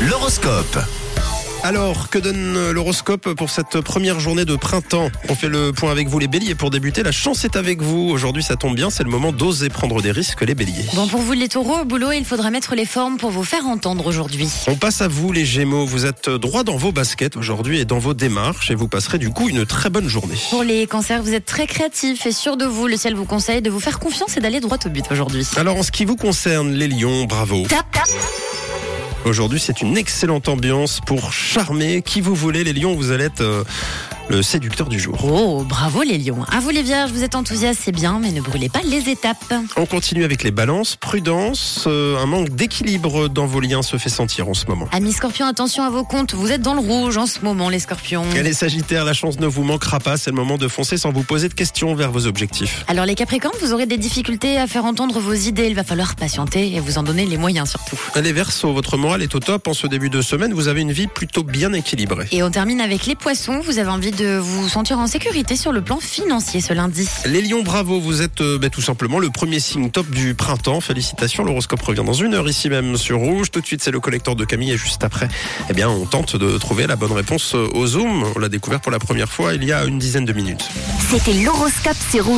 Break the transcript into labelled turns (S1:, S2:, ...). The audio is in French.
S1: L'horoscope.
S2: Alors, que donne l'horoscope pour cette première journée de printemps On fait le point avec vous les béliers pour débuter. La chance est avec vous. Aujourd'hui, ça tombe bien, c'est le moment d'oser prendre des risques les béliers.
S3: Bon, pour vous les taureaux, au boulot, il faudra mettre les formes pour vous faire entendre aujourd'hui.
S2: On passe à vous les gémeaux. Vous êtes droit dans vos baskets aujourd'hui et dans vos démarches et vous passerez du coup une très bonne journée.
S3: Pour les cancers, vous êtes très créatifs et sûrs de vous. Le ciel vous conseille de vous faire confiance et d'aller droit au but aujourd'hui.
S2: Alors, en ce qui vous concerne, les lions, bravo.
S3: Tap, tap.
S2: Aujourd'hui, c'est une excellente ambiance pour charmer qui vous voulez. Les lions, vous allez être euh, le séducteur du jour.
S3: Oh, bravo les lions. À vous les vierges, vous êtes enthousiastes, c'est bien, mais ne brûlez pas les étapes.
S2: On continue avec les balances. Prudence, euh, un manque d'équilibre dans vos liens se fait sentir en ce moment.
S3: Amis scorpions, attention à vos comptes, vous êtes dans le rouge en ce moment les scorpions.
S2: Et les sagittaires, la chance ne vous manquera pas. C'est le moment de foncer sans vous poser de questions vers vos objectifs.
S3: Alors les capricornes, vous aurez des difficultés à faire entendre vos idées, il va falloir patienter et vous en donner les moyens surtout.
S2: Les versos, votre morale est au top. En ce début de semaine, vous avez une vie plutôt bien équilibrée.
S3: Et on termine avec les poissons, vous avez envie de vous sentir en sécurité sur le plan financier ce lundi.
S2: Les lions, bravo, vous êtes euh, bah, tout simplement le premier signe top du printemps. Félicitations, l'horoscope revient dans une heure ici même sur Rouge. Tout de suite, c'est le collecteur de Camille et juste après, eh bien, on tente de trouver la bonne réponse euh, au Zoom. On l'a découvert pour la première fois il y a une dizaine de minutes.
S4: C'était l'horoscope sur Rouge.